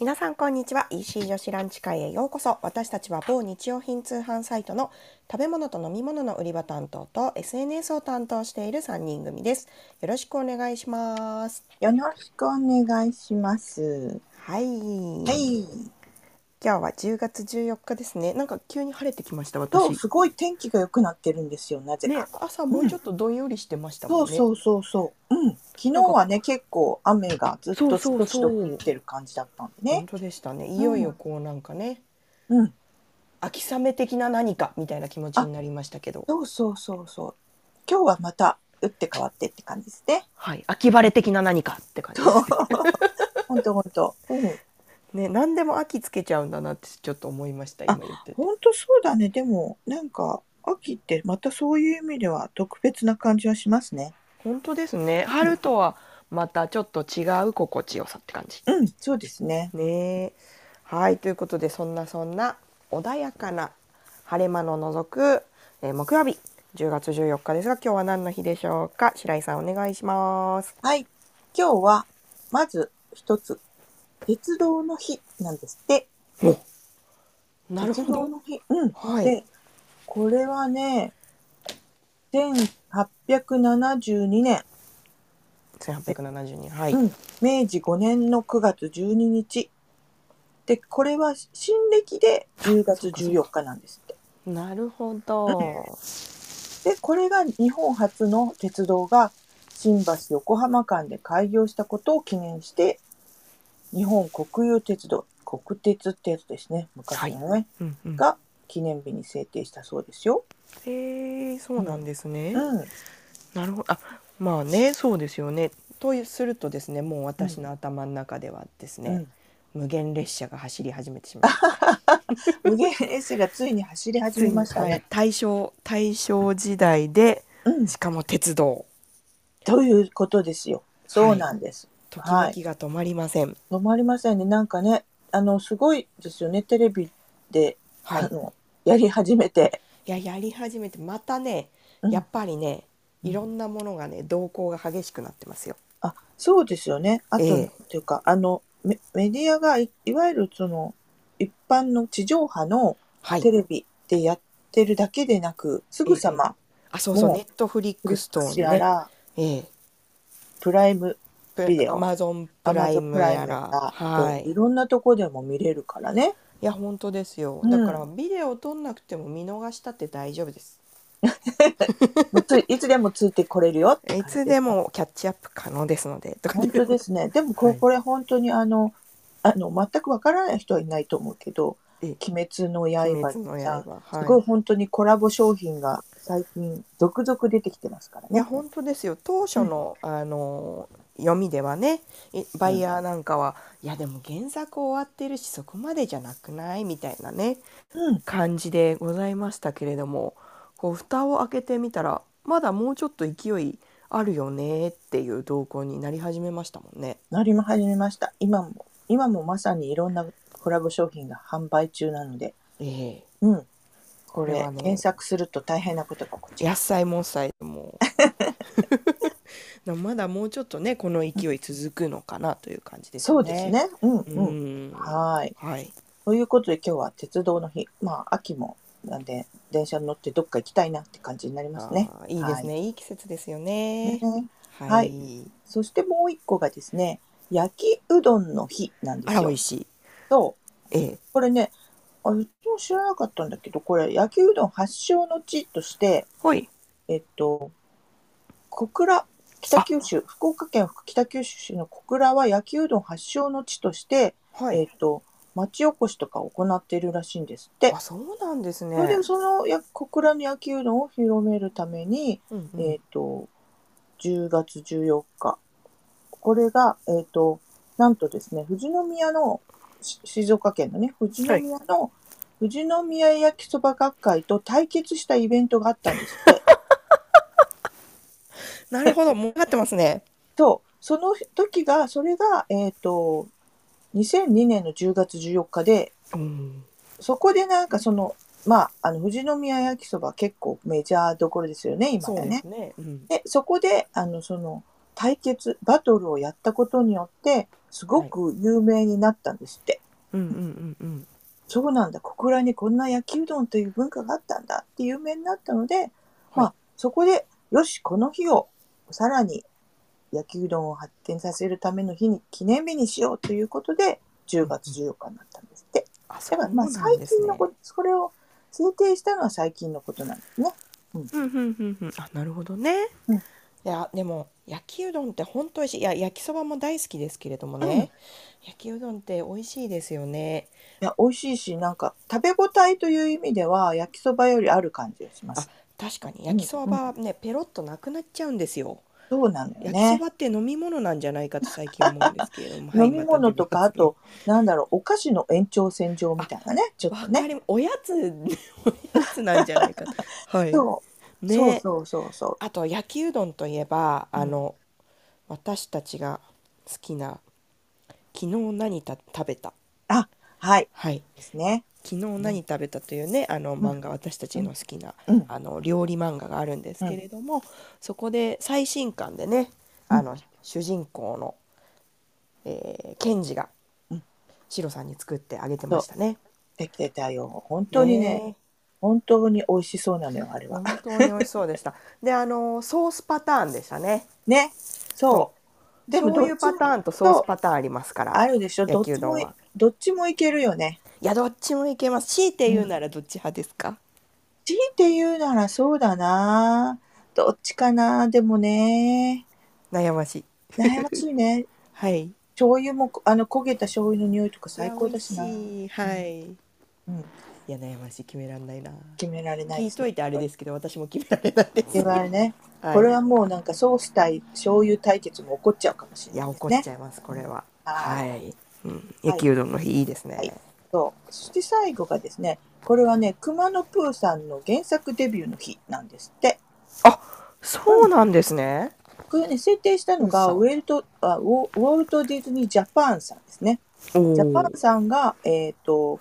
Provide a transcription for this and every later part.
皆さんこんにちは EC 女子ランチ会へようこそ私たちは某日用品通販サイトの食べ物と飲み物の売り場担当と SNS を担当している3人組ですよろしくお願いしますよろしくお願いします。はい、はい。今日は10月14日ですねなんか急に晴れてきましたと、私すごい天気が良くなってるんですよ、なぜねか。朝もうちょっとどんよりしてましたそもんうね、そうそうそう。うん。昨日はね、結構雨がずっそと少うそうしそとう降ってる感じだったんで本ね。当でしたねいよいよこうなんかね、うん。秋雨的な何かみたいな気持ちになりましたけどそうそうそうそう。今日はまた打って変わってって感じです ね。はい秋晴れ的な何かって感じですそう。本当本当。うん。ね、何でも秋つけちゃうんだなってちょっと思いましたあ今言ってて本当そうだね。でもなんか秋ってまたそういう意味では特別な感じはしますね。本当ですね春とはまたちょっと違う心地よさって感じうん。そうですね。ねえはいということでそんなそんな穏やかな晴れ間の除く、えー木曜日10月14日ですが今日は何の日でしょうか白井さんお願いしますはい。今日は、まず一つ、鉄道の日なんですって。なるほ鉄道どの日。うん。はいで、これはね、1872年、 1872はい、うん明治5年の9月12日。で、これは新暦で10月14日なんですって。なるほどで、これが日本初の鉄道が新橋横浜間で開業したことを記念して、日本国有鉄道、国鉄ってやつですね、昔のね、うんうんが記念日に制定したそうですよ。えー、そうなんですね、うん。なるほど。あ、まあね、そうですよね。というするとですね、もう私の頭の中ではですね、無限列車が走り始めてしまいました。うん無限列車がついに走り始めましたはいね。大正大正時代で、うん。しかも鉄道、ということですよ。そうなんです。時は々いが止まりません。止まりませんね。なんかね、あの、すごいですよね。テレビで、はい。あの、やり始めて。いややり始めてまたね、うんやっぱりね、うんいろんなものがね動向が激しくなってますよ。あ、そうですよね。あと、ええっていうか、あの、メメディアがい、いわゆるその、一般の地上波のはいテ。レビでやってるだけでなく、すぐさま、あ、そうそう。もうネットフリックスとやね、ら、えプライムビえ、デオアマゾンアプマライゾンムプライやムら、やはらいい。ろんなとこでも見れるからね。いや本当ですよ、うんだからビデオ撮んなくても見逃したって大丈夫ですもうつい いつでもついてこれるよってい感じつで。もキャッチアップ可能ですのでとか本当ですね。でもこはれいこれ本当にあの、あの全くわからない人はいないと思うけど「え鬼滅の「刃」鬼滅のさ刃」ん、すごはい本当にコラボ商品が最近続々出てきてますからい、いやね。本当ですよ当初の、あの読みではねいバイヤーなんかは、いやでも原作終わってるしそこまでじゃなくないみたいなねうん、感じでございましたけれどもこう蓋を開けてみたらまだもうちょっと勢いあるよねっていう動向になり始めましたもんね。なりも始めました。今も今もまさにいろんなコラボ商品が販売中なので、ええうん、ここれれはね検索すると大変なことが起こっちゃう野菜もんさえ も まだもうちょっとねこの勢い続くのかなという感じですね。そうです。ね。うんううん。ん。ははい。い。ということで今日は鉄道の日。まあ秋もなんで電車に乗ってどっか行きたいなって感じになりますね。あーいいですね、い。い季節ですよね。ねはい。はいそしてもう一個がですね、焼きうどんの日なんであすら美よ味。しい。そう。ええ。これね、あ、うちも知らなかったんだけど、これ焼きうどん発祥の地として、ほい。えっと、小倉、北九州、福岡県北九州市の小倉は焼きうどん発祥の地として、はえい。っと、町おこしとかを行っているらしいんですってあ。そうなんですね。それでそのや小倉の焼きうどんを広めるために、うんうんえっ、と10月14日これがえっ、となんとですね富士宮のし静岡県のね富士宮の、富士宮焼きそば学会と対決したイベントがあったんですって なるほどもうかってますね。とその時がそれがえっ、と2002年の10月14日でうん。そこでなんかそのまああの富士宮焼きそば結構メジャーどころですよね今そうやでねす。ね。うん。でそこであのその対決、バトルをやったことによって、すごく有名になったんですって。うんうんうんうん。そうなんだ、小倉にこんな焼きうどんという文化があったんだって有名になったので、まはあ、そこで、よし、この日を、さらに焼きうどんを発展させるための日に、記念日にしようということで、10月14日になったんですって。あ、そうだなから、まあ、ん最です近ねの。こと、それを制定したのは最近のことなんですね。うんうんうんうん。あ、なるほどね。うんいや、でも焼きうどんって本当美味しい。いや、焼きそばも大好きですけれどもね。焼きうどんって美味しいですよね。いや、美味しいし、なんか、食べ応えという意味では、焼きそばよりある感じがします。確かに焼きそばはね、ペロッとなくなっちゃうんですよ。そうなのよ焼きそね。ばって飲み物なんじゃないかと最近思うんですけれど も。はい飲み物とか、あ。と、なんだろう、お菓子の延長線上みたいなね、ちょまったと食べわかりね。まおやつ、 おやつなんじゃないかと。はい。そね。う、そうそうそうそう。あと焼きうどんといえば、うんあの私たちが好きな昨日何た食べた、はい、はい、ですね。昨日何食べたというね、あのん漫画私たちの好きな、うんあの料理漫画があるんですけれども、そこで最新刊でね、あの主人公の、えー、ケンジが、うんシロさんに作ってあげてましたね。できてたよ。本当にね、ね本当に美味しそうなのよ、あれは本。当に美味しそうでした。で、あのソースパターンでしたね。ね、そう。うでも醤油パターンとソースパターンありますから。あるでしょ、どっ焼きちうどんも、はいどっちもいけるよね。いやどっちもいけます。強いて言うならどっち派ですか。強いて言うならそうだな。どっちかな、でもね。悩ましい。悩ましいね。はい。醤油も、あの、焦げた醤油の匂いとか最高だしな。美うん、味しいはい。いや悩ましい決められないな。決められない。聞いといてあれですすけど私も決められないです。ではね、はい これはもうなんかソース対醤油対決も起こっちゃうかもしれいない、やね。怒っちゃいますこれは。はいはい。うん焼きうどんの日いいですね。はいそう。そして最後がですね、これはね、熊野プーさんの原作デビューの日なんですって。そうなんですね。これね、制定したのがプウェルトあウォ、ウォルト・ディズニー・ジャパンさんですね。おジャパーンさんが、えっ、と、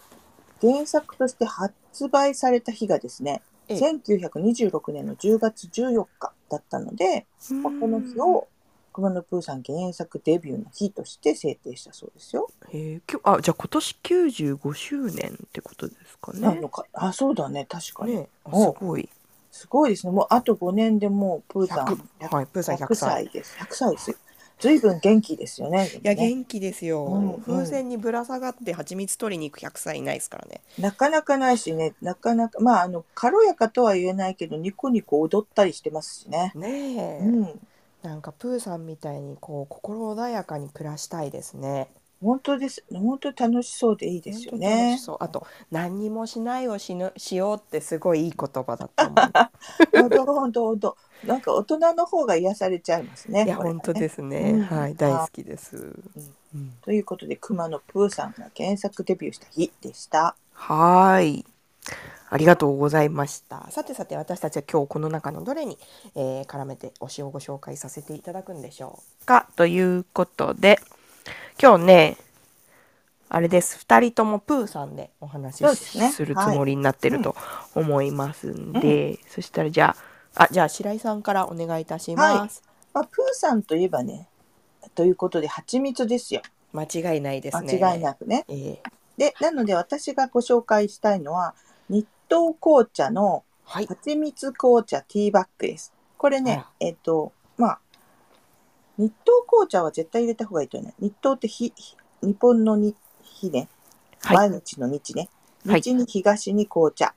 原作として発売された日がですね、ええ1926年の10月14日だったので、まあこの日を熊野プーさん原作デビューの日として制定したそうですよ。へーきょあじゃあ今年95周年ってことですかなねの。かあ、そうだね、確かに。ねあすおごい。すごいですね。もうあと5年でもうプーさん100はいプーさん100歳。100歳です。100歳ですよ。ずいぶん元気ですよね。いやでもね元気ですよ、うんうん風船にぶら下がって蜂蜜取りに行く100歳いないですからねなかなかないしね、なかなか、まあ、あの、軽やかとは言えないけど、ニコニコ踊ったりしてますしね。ねえ、うん。なんかプーさんみたいにこう心穏やかに暮らしたいですね本当です。本当楽しそうでいいですよ本当楽ねし。そうあと何にもしないをしぬしようってすごいいい言葉だと思う本当本当本当。なんか大人の方が癒されちゃいますね。いやこれは本当ねですね、うんはい大好きです、うんということで、熊野プーさんが原作デビューした日でした。はーい。ありがとうございました。さてさて私たちは今日この中のどれに、えー絡めて推しをご紹介させていただくんでしょうかということで今日ねあれです2人ともプーさんでお話そうしですねするつもりになってると思いますんでそ,、したらじゃああじゃあ白井さんからお願いいたします。まあ、プーさんといえばね、ということで、蜂蜜ですよ。間違いないですね。間違いなくね。えーで、なので私がご紹介したいのは、日東紅茶のはい、蜂蜜紅茶ティーバッグです。これねあ、えっ、と、まあ、日東紅茶は絶対入れた方がいいとね。日東って日、日日本の日日ね、は毎い、日の日ね。はい日に東に紅茶。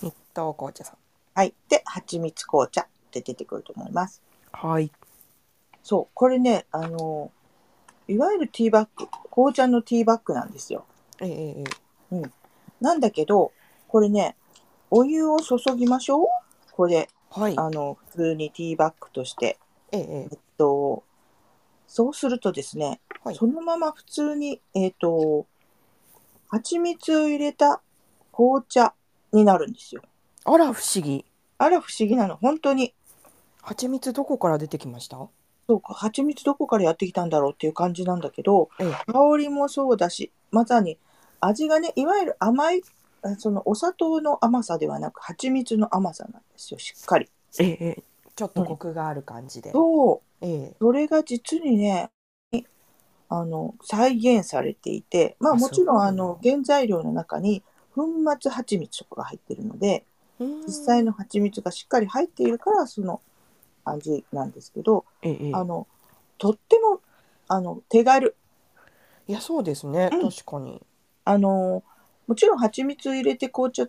日東紅茶さん。はい。で、蜂蜜紅茶って出てくると思います。はい、そう。これね、あの、いわゆるティーバッグ、紅茶のティーバッグなんですよ。えーえーえーなんだけど、これね、お湯を注ぎましょう。これ、はい、あの、普通にティーバッグとして。えーええっと、そうするとですね、ーはいそ、のまま普通に、えっと、蜂蜜を入れた紅茶になるんですよ。あら不思議。あら不思議なの。本当に。蜂蜜どこから出てきました？そうか、蜂蜜どこからやってきたんだろうっていう感じなんだけど、ええ、香りもそうだし、まさに味がね、いわゆる甘い、あそのお砂糖の甘さではなく、蜂蜜の甘さなんですよ、しっかり。ええ、ちょっとコクがある感じで。そう。ええそれが実にね、あの、再現されていて、まああもちろん、そうあなんだの、原材料の中に粉末蜂蜜とかが入ってるので、実際の、の蜂蜜がしっかり入っているから、その味なんですけど、ええええあの、とっても、あの、手軽。いやそうですね、うん確かに。あの、もちろん蜂蜜入れて紅茶、ん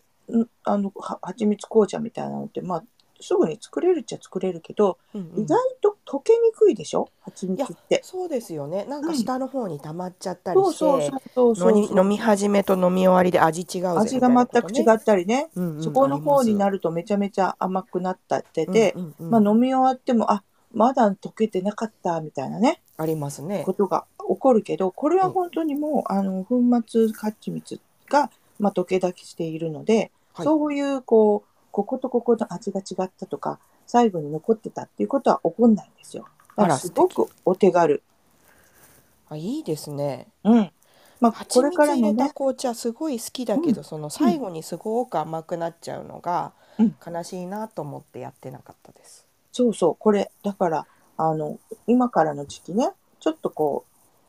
あの、は蜂蜜紅茶みたいなのって、まあ、すぐに作れるっちゃ作れるけど、うんうん意外と溶けにくいでしょ蜂蜜って。そうですよね。なんうかん下の方に溜まっちゃったりそうして、そうそうそうそう。飲み飲み始めと飲み終わりで味違うぜ味みがたいなこ全とくね違ったりね、うんうんそこの方になあるとめちゃめちゃ甘くなったってりますて、うんうんうんまあ、飲み終わってもあまだ溶けてなかったみたいなねありますねこ。とが起こるけどこれは本当にもうあの粉末蜂蜜が、まあ、溶けだきしているので、はいそういうこうこことここの味が違ったとか最後に残ってたっていうことは起こんないんですよ。だからすごくお手軽。あいいですね。うんまあ、蜂これ蜜から入のれたね、紅茶すごい好きだけど、その最後にすごく甘くなっちゃうのがうん悲しいなと思ってやってなかったです。そうそう、これ、だから、あの、今からの時期ね、ちょっとこ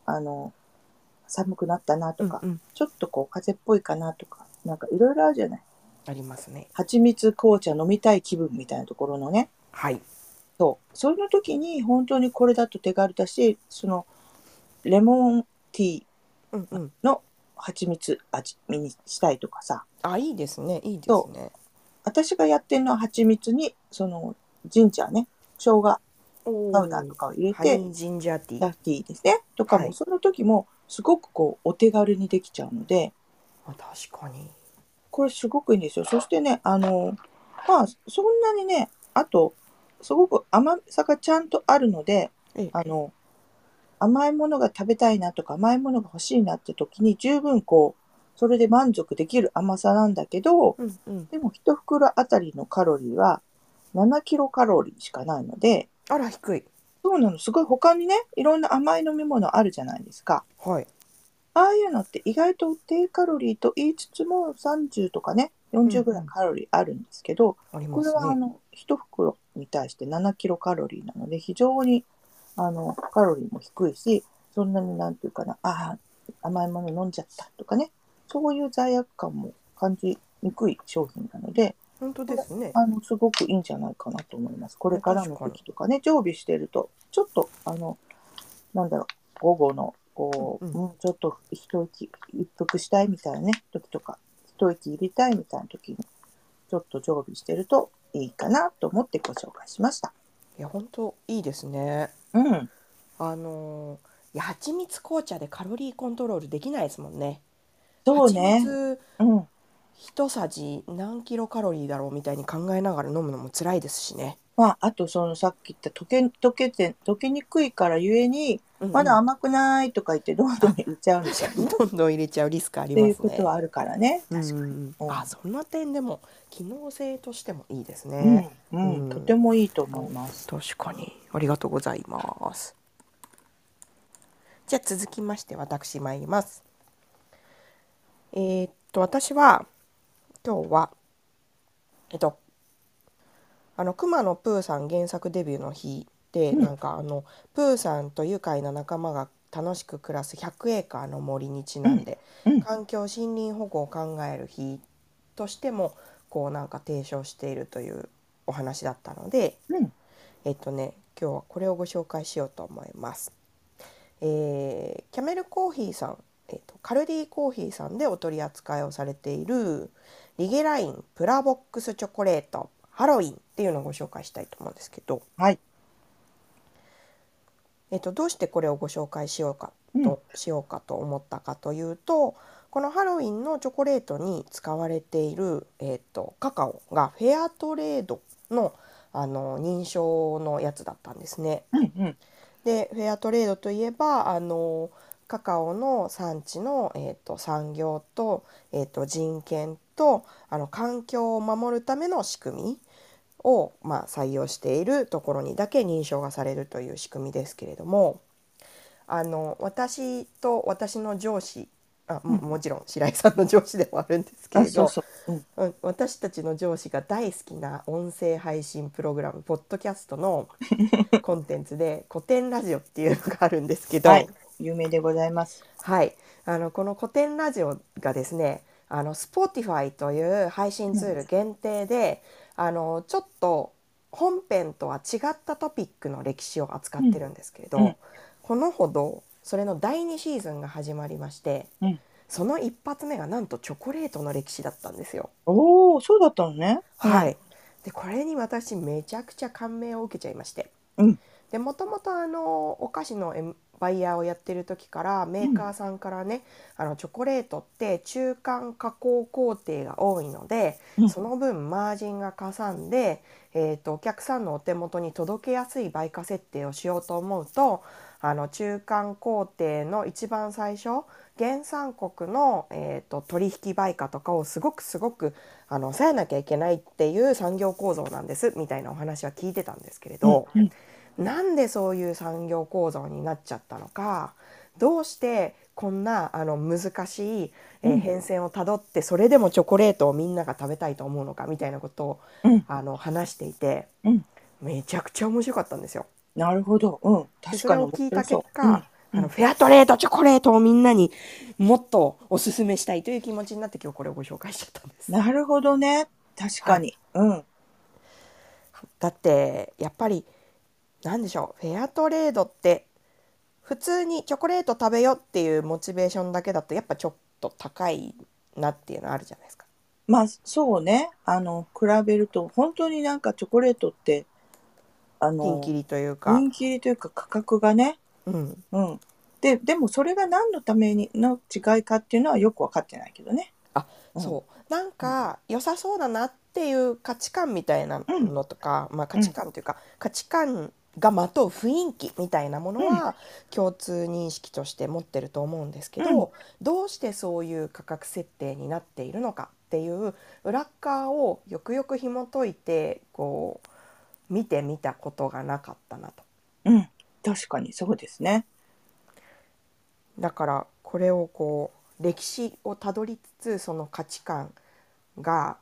う、あの、寒くなったなとか、うんうんちょっとこう、風邪っぽいかなとか、なんかいろいろあるじゃない。ありますね。蜂蜜紅茶飲みたい気分みたいなところのね。はい。そう。その時に、本当にこれだと手軽だし、その、レモンティーうんうん。の蜂蜜味にしたいとかさ、あいいですね。いいですそね。私がやってるのは蜂蜜に、その、ジンジャーね、生姜パおウダーとかを入れハニて、ージンジャーティー。ラッティーですねとかも、はいその時もすごくこうお手軽にできちゃうのであ確かに。これすごくいいんですよそしてねあのまあそんなにねあとすごく甘さがちゃんとあるのでええあの甘いものが食べたいなとか甘いものが欲しいなって時に十分こうそれで満足できる甘さなんだけどうんうん。でも1袋あたりのカロリーは7キロカロリーしかないのであら低い。そうなのすごい他にねいろんな甘い飲み物あるじゃないですか。はい。ああいうのって意外と低カロリーと言いつつも30とかね40ぐらいカロリーあるんですけど、ありまこれすはあね。の1袋に対して7キロカロリーなので非常にあのカロリーも低いしそんなになんていうかなああ甘いもの飲んじゃったとかねそういう罪悪感も感じにくい商品なので本当ですね。あのすごくいいんじゃないかなと思います。これからの確かに時とかね常備してるとちょっとあのなんだろう午後のこう、うんうんちょっと一息一服したいみたいなね時とか一息入れたいみたいな時にちょっと常備してるといいかなと思ってご紹介しました。いや本当いいですね。うん、あのーいや蜂蜜紅茶でカロリーコントロールできないですもんね。そうね蜂。蜜うん、一さじ何キロカロリーだろうみたいに考えながら飲むのも辛いですしね。まああとそのさっき言った溶け溶けて溶けにくいからゆえにうんうんまだ甘くないとか言ってどんどん入れちゃうんですよね。どんどん入れちゃうリスクありってまいうすこねと。はあるからね。うん確かにうんううんん、あそんな点でも機能性としてもいいですうんね。うんうんとてもいいと思います。確かにありがとうございますじゃあ続きまして私参りますえーっと私は今日はえっとあの熊野プーさん原作デビューの日で、うんなんかあのプーさんと愉快な仲間が楽しく暮らす100エーカーの森にちなんで、うんうん環境森林保護を考える日としてもこうなんか提唱しているというお話だったので、うんえっとね今日はこれをご紹介しようと思います。えーキャメルコーヒーさん、えっとカルディコーヒーさんでお取り扱いをされているリゲラインプラボックスチョコレートハロウィンっていうのをご紹介したいと思うんですけど、はい。えっと、どうしてこれをご紹介しようかうんと、しようかと思ったかというとこのハロウィンのチョコレートに使われている、えっと、カカオがフェアトレードのあの認証のやつだったんですね。うんうんでフェアトレードといえばあのカカオの産地の、えー、と産業と,、えー、と人権とあの環境を守るための仕組みを、まあ、採用しているところにだけ認証がされるという仕組みですけれどもあの私と私の上司あももちろん白井さんの上司でもあるんですけあ、れそうどそう。うん。うん私たちの上司が大好きな音声配信プログラムポッドキャスト のコンテンツで「古典ラジオ」っていうのがあるんですけど、はい。有名でございます。はい、あのこの古典ラジオがですねあの Spotify という配信ツール限定で、あのちょっと本編とは違ったトピックの歴史を扱ってるんですけれど、うんうんこのほどそれの第2シーズンが始まりまして、うんその一発目がなんとチョコレートの歴史だったんですよ。おお、そうだったのね。はい、でこれに私めちゃくちゃ感銘を受けちゃいまして、うんでもともとあのお菓子のエンバイヤーをやってる時からメーカーさんからね、あのチョコレートって中間加工工程が多いので、うんその分マージンがかさんで、えー、とお客さんのお手元に届けやすい売価設定をしようと思うとあの中間工程の一番最初原産国の、えー、と取引売価とかをすごくすごくあの抑えなきゃいけないっていう産業構造なんですみたいなお話は聞いてたんですけれど、うんうんなんでそういう産業構造になっちゃったのかどうしてこんなあの難しい、えーうん変遷をたどってそれでもチョコレートをみんなが食べたいと思うのかみたいなことをうん。あの話していて、うんめちゃくちゃ面白かったんですよ。なるほど。うん。で確そかれにを聞い面白たそ結う。果、うんあのフェアトレートチョコレートをみんなにもっとおすすめしたいという気持ちになって今日これをご紹介しちゃったんですうん。。なるほどね。確かに。うん。だってやっぱりなんでしょうフェアトレードって普通にチョコレート食べよっていうモチベーションだけだとやっぱちょっと高いなっていうのあるじゃないですか。まあそうね。あの比べると本当になんかチョコレートってあのピンキリというか。人気というか価格がね。うん、うん。ででもそれが何のためにの違いかっていうのはよく分かってないけどね。うんそうなんか良さそうだなっていう価値観みたいなのとか、まあ、価値観というか、価値観がまとう雰囲気みたいなものは共通認識として持ってると思うんですけど、どうしてそういう価格設定になっているのかっていう裏っ側をよくよく紐解いてこう見てみたことがなかったなと。うん。確かにそうですね。だからこれをこう歴史をたどりつつその価値観が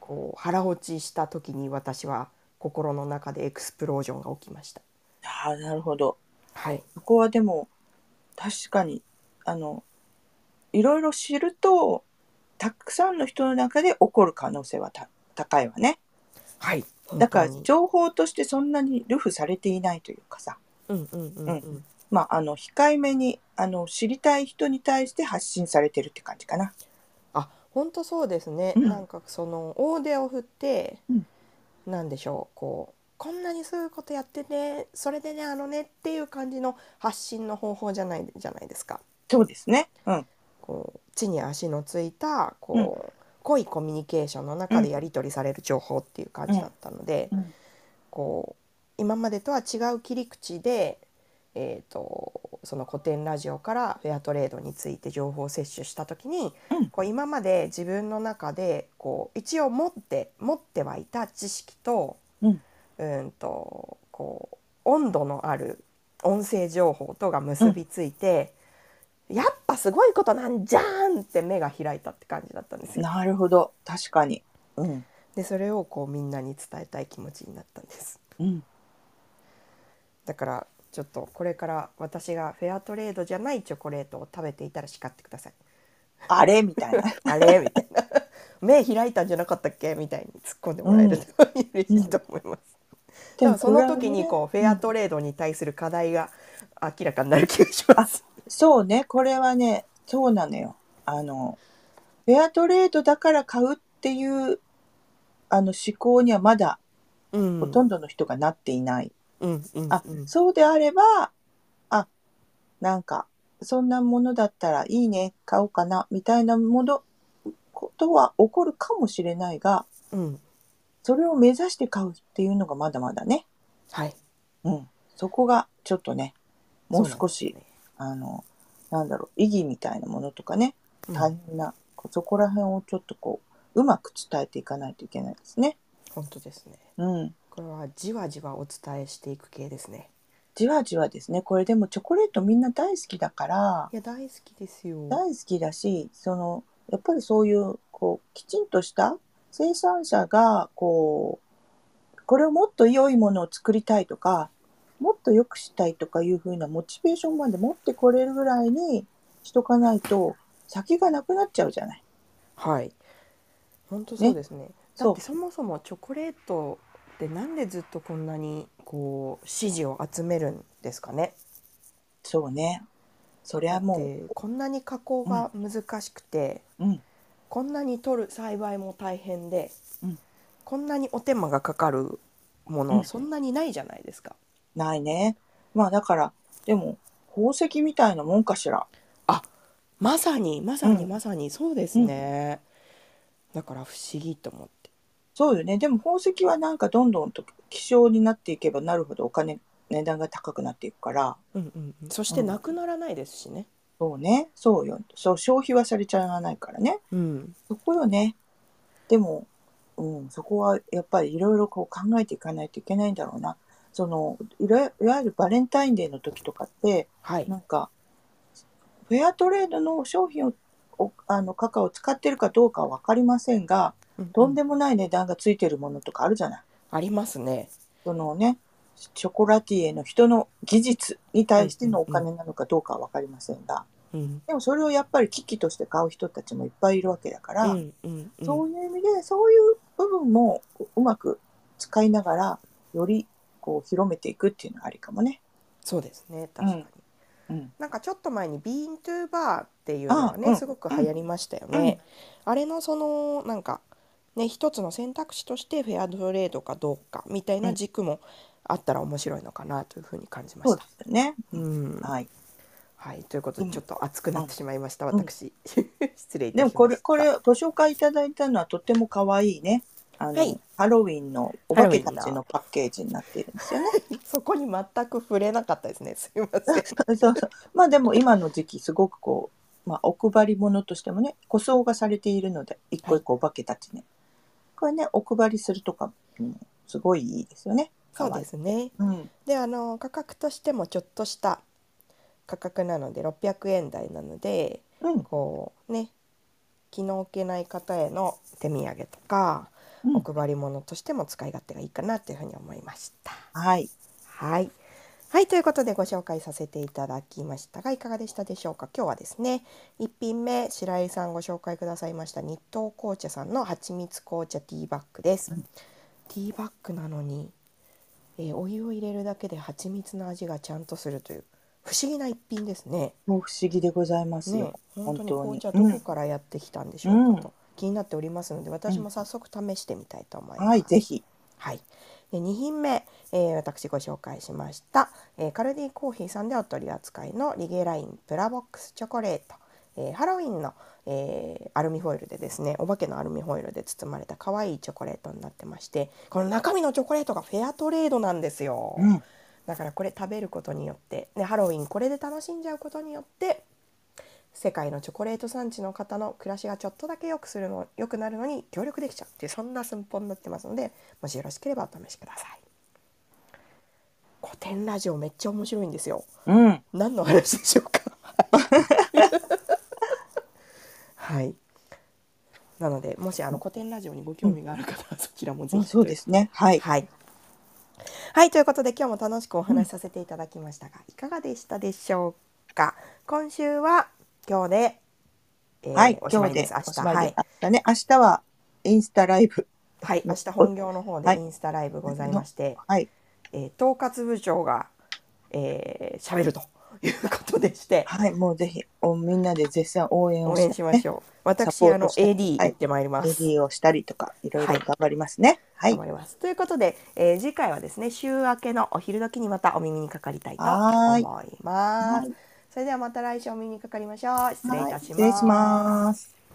こう腹落ちした時に私は心の中でエクスプロージョンが起きました。ああなるほど。はい、そこはでも確かにあのいろいろ知るとたくさんの人の中で起こる可能性はた高いわね。はい、だから本当に情報としてそんなにルフされていないというかさ、うんうんうんうん、まあ、あの控えめにあの知りたい人に対して発信されてるって感じかな。あ本当そうですね、うんなんかその大手を振って、うんなんでしょうこうこんなにそういうことやってねそれでねあのねっていう感じの発信の方法じゃないじゃないですか。そうですね。うん。こう地に足のついたこう、濃いコミュニケーションの中でやり取りされる情報っていう感じだったので、うんうんこう今までとは違う切り口で、えー、とその古典ラジオからフェアトレードについて情報を摂取した時に、うんこう今まで自分の中でこう一応持って持ってはいた知識と,、うんんとこう温度のある音声情報とが結びついて。やっぱすごいことなんじゃーんって目が開いたって感じだったんですよ。なるほど。確かに。うん。でそれをこうみんなに伝えたい気持ちになったんです。うん。だからちょっとこれから私がフェアトレードじゃないチョコレートを食べていたら叱ってください。あれみたいな。あれみたいな。目開いたんじゃなかったっけみたいに突っ込んでもらえると嬉しいと思います。 でもその時にこうフェアトレードに対する課題が明らかになる気がします。そうね、これはね、そうなのよ。あの、フェアトレードだから買うっていう、あの思考にはまだうん、ほとんどの人がなっていない。うんうんあ、うんそうであれば、あ、なんか、そんなものだったらいいね、買おうかな、みたいなもの、ことは起こるかもしれないが、うんそれを目指して買うっていうのがまだまだね。はい。うん。そこがちょっとね、もうそうなん少ですし、ねあの、なんだろう、意義みたいなものとかね、うん大変な、そこら辺をちょっとこう、うまく伝えていかないといけないですね。本当ですね。うん。これはじわじわお伝えしていく系ですね。じわじわですね。これでもチョコレートみんな大好きだから、いや大好きですよ。大好きだし、その、やっぱりそういう、こう、きちんとした生産者が、こう、これをもっと良いものを作りたいとか、もっと良くしたいとかいうふうなモチベーションまで持ってこれるぐらいにしとかないと、先がなくなっちゃうじゃない。はい。本当そうですね。だそっうてそもそもチョコレートってなんでずっとこんなにこう支持を集めるんですかね。そうね。そりゃもう、でこんなに加工が難しくて、うん。こんなに取る栽培も大変で、うんこんなにお手間がかかるもの、うんそんなにないじゃないですか。ないね。まあだから、でも、宝石みたいなもんかしら。まさにまさにうんまさにそうですね。だから不思議と思って。そうよね。でも宝石はなんかどんどんと希少になっていけばなるほどお金、値段が高くなっていくから、うんうんうん、そしてうんなくならないですしね。そうね。そうよ。そう、消費はされちゃわないからね。うん、そこよね。でも、うん、そこはやっぱりいろいろこう考えていかないといけないんだろうな。その、いわいわゆるバレンタインデーの時とかって、はい。なんか、フェアトレードの商品を、おあの、カカオを使ってるかどうかはわかりませんが、とんででもない値段がついてるものとかあるじゃない。ありますね。そのね、ショコラティエの人の技術に対してのお金なのかどうかはわかりませんが、うん。でもそれをやっぱり機器として買う人たちもいっぱいいるわけだから、うんうんうん、そういう意味で、そういう部分もうまく使いながら、よりこう広めていくっていうのはありかもね。そうですね確かに、うん。なんかちょっと前に「ビーントゥーバー」っていうのがね、あうんすごく流行りましたよね、あれのそのなんかね一つの選択肢としてフェアトレードかどうかみたいな軸もあったら面白いのかなというふうに感じまそしうでた。すよね。うんはい。はい、ということでうんちょっと熱くなってしまいました、うん私 失礼いたしましたでもこれ、これ、ご紹介いただいたのはとても可愛いね。あの、はいハロウィンのお化けたちのパッケージになっているんです よね。そこに全く触れなかったですねすいませんそうそう。まあでも今の時期すごくこう、まあお配り物としてもね、個装がされているので、一個一個お化けたちね。これね、お配りするとか、うん、すごいいいですよね。そうですね可愛い。うん。であの価格としてもちょっとした価格なので600円台なのでうん。こうね気の置けない方への手土産とか、うんお配り物としても使い勝手がいいかなというふうに思いました。はい。はい。はい、ということでご紹介させていただきましたが、いかがでしたでしょうか。今日はですね、1品目、白井さんご紹介くださいました日東紅茶さんの蜂蜜紅茶ティーバッグです。うんティーバッグなのに、えーお湯を入れるだけで蜂蜜の味がちゃんとするという不思議な一品ですね。もう不思議でございますよ。ね、本当に紅茶本当にどこからやってきたんでしょうかと、う気になっておりますので私も早速試してみたいと思います。はい、ぜひ。はい、で2品目、えー私ご紹介しました、えーカルディコーヒーさんでお取り扱いのリゲラインプラボックスチョコレート、えーハロウィンの、えーアルミホイルでですねお化けのアルミホイルで包まれた可愛いチョコレートになってましてこの中身のチョコレートがフェアトレードなんですよ。うん。だからこれ食べることによって、ね、ハロウィンこれで楽しんじゃうことによって世界のチョコレート産地の方の暮らしがちょっとだけ良くするの良くなるのに協力できちゃうっていうそんな寸法になってますのでもしよろしければお試しください。古典ラジオめっちゃ面白いんですよ。うん。何の話でしょうか。はい。なのでもしあの古典ラジオにご興味がある方はそちらもぜひ。そうですね。はい。はい。はい、ということで今日も楽しくお話しさせていただきましたが、いかがでしたでしょうか。今週は今日で、えーはい。おし今ま日いで。ですお明し日、まはいでい。。明日ね、明日はインスタライブ。はい、明日本業の方はでいインスタライブございまして、はい。えー統括部長が、えー、喋るということでして、はい。もうぜひ、おみんなで絶賛応援を応して、ね。援しましょう。私、サポあーの、トして AD 行ってまいります。レディーをしたりとか、いろいろはい頑張りますね。はい。思います。ということで、えー次回はですね週明けのお昼時にまたお耳にかかりたいと思はいいますはい。それではまた来週お耳にかかりましょう。失礼いたします。はい失礼します。